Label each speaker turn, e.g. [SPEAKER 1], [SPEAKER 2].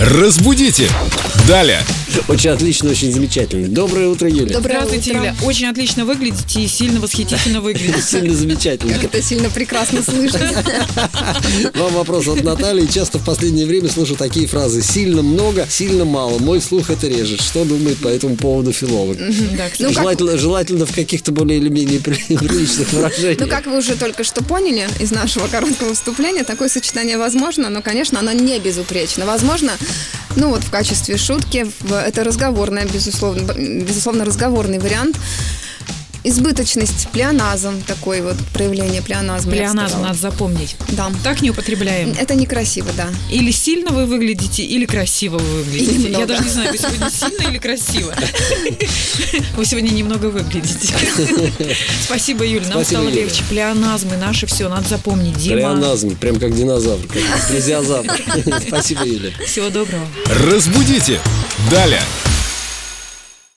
[SPEAKER 1] Разбудите! Далее!
[SPEAKER 2] Очень отлично, очень замечательно. Доброе утро, Юля.
[SPEAKER 3] Доброе
[SPEAKER 4] Здравствуйте,
[SPEAKER 3] утро.
[SPEAKER 4] Юля. Очень отлично выглядите и сильно восхитительно выглядите.
[SPEAKER 2] Сильно замечательно.
[SPEAKER 3] Как это сильно прекрасно слышно.
[SPEAKER 2] Вам вопрос от Натальи. Часто в последнее время слышу такие фразы «сильно много», «сильно мало». Мой слух это режет. Что думает по этому поводу филолог?
[SPEAKER 4] Да,
[SPEAKER 3] Ну, как-
[SPEAKER 2] желательно, желательно в каких-то более или менее при- приличных выражениях.
[SPEAKER 3] Ну, как вы уже только что поняли из нашего короткого вступления, такое сочетание возможно, но, конечно, оно не безупречно. Возможно, ну вот в качестве шутки, в- это разговорная, безусловно, б- безусловно, разговорный вариант. Избыточность, плеоназм, такое вот проявление плеоназма. я бы
[SPEAKER 4] Плеоназм
[SPEAKER 3] сказала.
[SPEAKER 4] надо запомнить.
[SPEAKER 3] Да.
[SPEAKER 4] Так не употребляем.
[SPEAKER 3] Это некрасиво, да.
[SPEAKER 4] Или сильно вы выглядите, или красиво вы
[SPEAKER 3] Или
[SPEAKER 4] выглядите.
[SPEAKER 3] много.
[SPEAKER 4] Я даже не знаю, вы сегодня сильно или красиво. Вы сегодня немного выглядите. Спасибо, Юля. Нам
[SPEAKER 2] Спасибо,
[SPEAKER 4] стало
[SPEAKER 2] Юля.
[SPEAKER 4] легче. Плеоназмы наши, все, надо запомнить. Дима,
[SPEAKER 2] Плеоназм, прям как динозавр. как плезиозавр. Спасибо, Юля.
[SPEAKER 4] всего доброго.
[SPEAKER 1] Разбудите! Далее!